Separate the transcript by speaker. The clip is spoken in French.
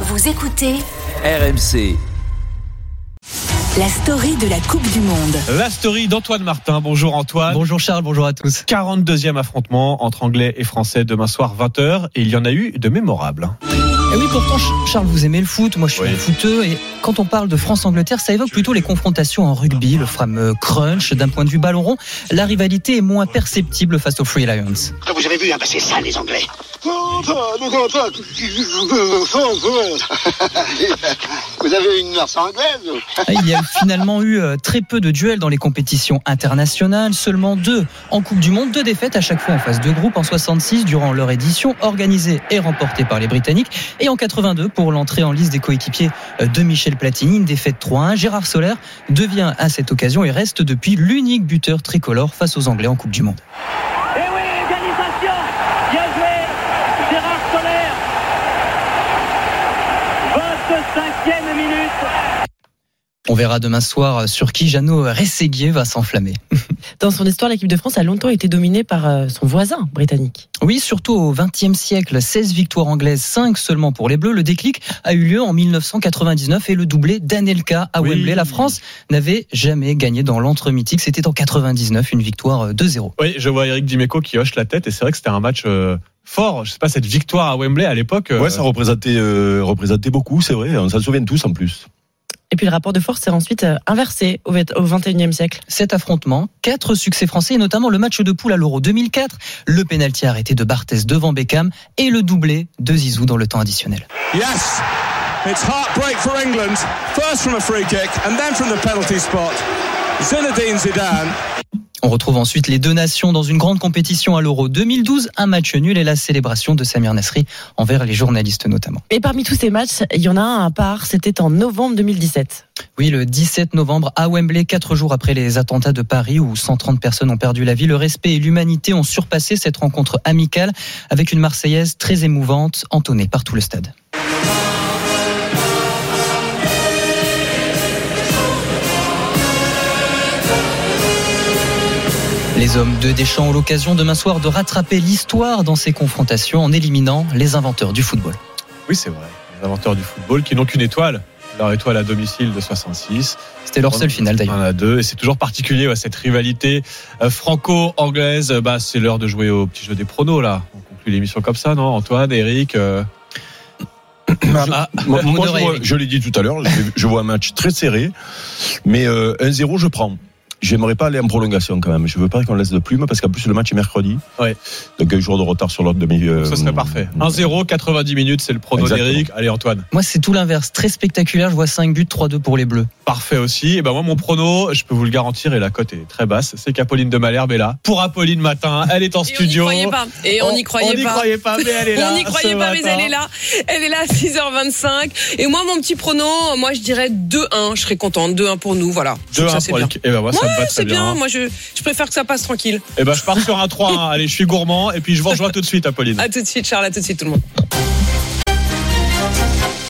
Speaker 1: Vous écoutez
Speaker 2: RMC.
Speaker 1: la story de la Coupe du Monde.
Speaker 3: La story d'Antoine Martin. Bonjour Antoine.
Speaker 4: Bonjour Charles, bonjour à tous.
Speaker 3: 42e affrontement entre Anglais et Français demain soir 20h et il y en a eu de mémorables.
Speaker 4: Et Eh oui, pourtant, Ch- Charles, vous aimez le foot, moi je suis
Speaker 3: Oui.
Speaker 4: un footeux, et quand on parle de France-Angleterre, ça évoque plutôt les confrontations en rugby, le fameux crunch. D'un point de vue ballon rond, la rivalité est moins perceptible face aux Free Lions.
Speaker 5: Ah, Vous avez vu, hein, bah, c'est ça les Anglais. Vous avez une nurse anglaise vous
Speaker 4: Ah, Il y a finalement eu euh, très peu de duels dans les compétitions internationales, seulement deux en Coupe du Monde, deux défaites à chaque fois en phase de groupe en 66 durant leur édition, organisée et remportée par les Britanniques, et en 82 pour l'entrée en liste des coéquipiers euh, de Michel Platini, une défaite 3-1. Gérard Soler devient à cette occasion et reste depuis l'unique buteur tricolore face aux Anglais en Coupe du Monde.
Speaker 6: Et oui, égalisation Bien joué Gérard Soler 25e minute
Speaker 4: On verra demain soir euh, sur qui Jeannot Rességuier va s'enflammer.
Speaker 7: Dans son histoire, l'équipe de France a longtemps été dominée par euh, son voisin britannique.
Speaker 4: Oui, surtout au XXe siècle, 16 victoires anglaises, 5 seulement pour les Bleus. Le déclic a eu lieu en 1999 et le doublé d'Anelka à
Speaker 3: Oui.
Speaker 4: Wembley. La France n'avait jamais gagné dans l'entre-mythique. C'était en 99, une victoire euh, 2-0.
Speaker 3: Oui, je vois Eric Dimeco qui hoche la tête et c'est vrai que c'était un match euh, fort. Je sais pas cette victoire à Wembley à l'époque. euh,
Speaker 8: Ouais, ça représentait, euh, représentait beaucoup, c'est vrai. On s'en souvient tous en plus.
Speaker 7: Et puis le rapport de force s'est ensuite euh, inversé au vingt- au XXIe siècle.
Speaker 4: Cet affrontement, 4 succès français et notamment le match de poule à l'Euro 2004, le pénalty arrêté de Barthez devant Beckham et le doublé de Zizou dans le temps additionnel.
Speaker 9: Yes, it's heartbreak for England. First from a free kick and then from the penalty spot. Zinedine Zidane
Speaker 4: On retrouve ensuite les deux nations dans une grande compétition à l'Euro 2012, un match nul et la célébration de Samir Nasri envers les journalistes notamment.
Speaker 7: Et parmi tous ces matchs, il y en a un à part, c'était en novembre 2017.
Speaker 4: Oui, le 17 novembre à Wembley, quatre jours après les attentats de Paris où 130 personnes ont perdu la vie, le respect et l'humanité ont surpassé cette rencontre amicale avec une Marseillaise très émouvante, entonnée par tout le stade. Les hommes de Deschamps ont l'occasion demain soir de rattraper l'histoire dans ces confrontations en éliminant les inventeurs du football.
Speaker 3: Oui, c'est vrai. Les inventeurs du football qui n'ont qu'une étoile. Leur étoile à domicile de 66.
Speaker 4: C'était leur seule finale d'ailleurs.
Speaker 3: Un à deux. Et c'est toujours particulier, ouais, cette rivalité euh, franco-anglaise. Euh, Bah, c'est l'heure de jouer au petit jeu des pronos, là. On conclut l'émission comme ça, non Antoine, Eric euh, Ah,
Speaker 8: Moi, moi,
Speaker 4: Modéré,
Speaker 8: je, vois-
Speaker 4: Eric.
Speaker 8: je l'ai dit tout à l'heure, je, je vois un match très serré, mais euh, 1-0, je prends. J'aimerais pas aller en prolongation quand même. Je veux pas qu'on laisse de plumes parce qu'en plus le match est mercredi.
Speaker 3: Ouais.
Speaker 8: Donc un jour de retard sur l'autre demi. euh,
Speaker 3: Ça serait parfait. 1-0, 90 minutes, c'est le prono
Speaker 8: Exactement.
Speaker 3: d'Eric. Allez, Antoine.
Speaker 4: Moi, c'est tout l'inverse. Très spectaculaire. Je vois 5 buts, 3-2 pour les Bleus.
Speaker 3: Parfait aussi. Et ben moi, mon prono, je peux vous le garantir, et la cote est très basse, c'est qu'Apolline de Malherbe est là. Pour Apolline Matin, elle est en
Speaker 10: Et on n'y
Speaker 3: studio.
Speaker 10: croyait pas. Et on n'y croyait
Speaker 3: On n'y
Speaker 10: pas.
Speaker 3: croyait pas, mais elle est là.
Speaker 10: On n'y croyait
Speaker 3: ce
Speaker 10: pas, mais
Speaker 3: matin.
Speaker 10: elle est là. Elle est là à 6h25. Et moi, mon petit prono, moi, je dirais 2-1. Je serais contente. 2-1 pour nous, voilà. Je trouve
Speaker 3: 2-1
Speaker 10: que ça, c'est
Speaker 3: pour
Speaker 10: bien.
Speaker 3: l'équipe. Eh ben moi, ça me va très
Speaker 10: C'est bien.
Speaker 3: bien.
Speaker 10: Moi, je, je préfère que ça passe tranquille.
Speaker 3: Eh ben je pars sur un 3-1. Allez, je suis gourmand, et puis je vous rejoins tout de suite, Apolline.
Speaker 10: À tout de suite, Charles. À tout de suite, tout le monde.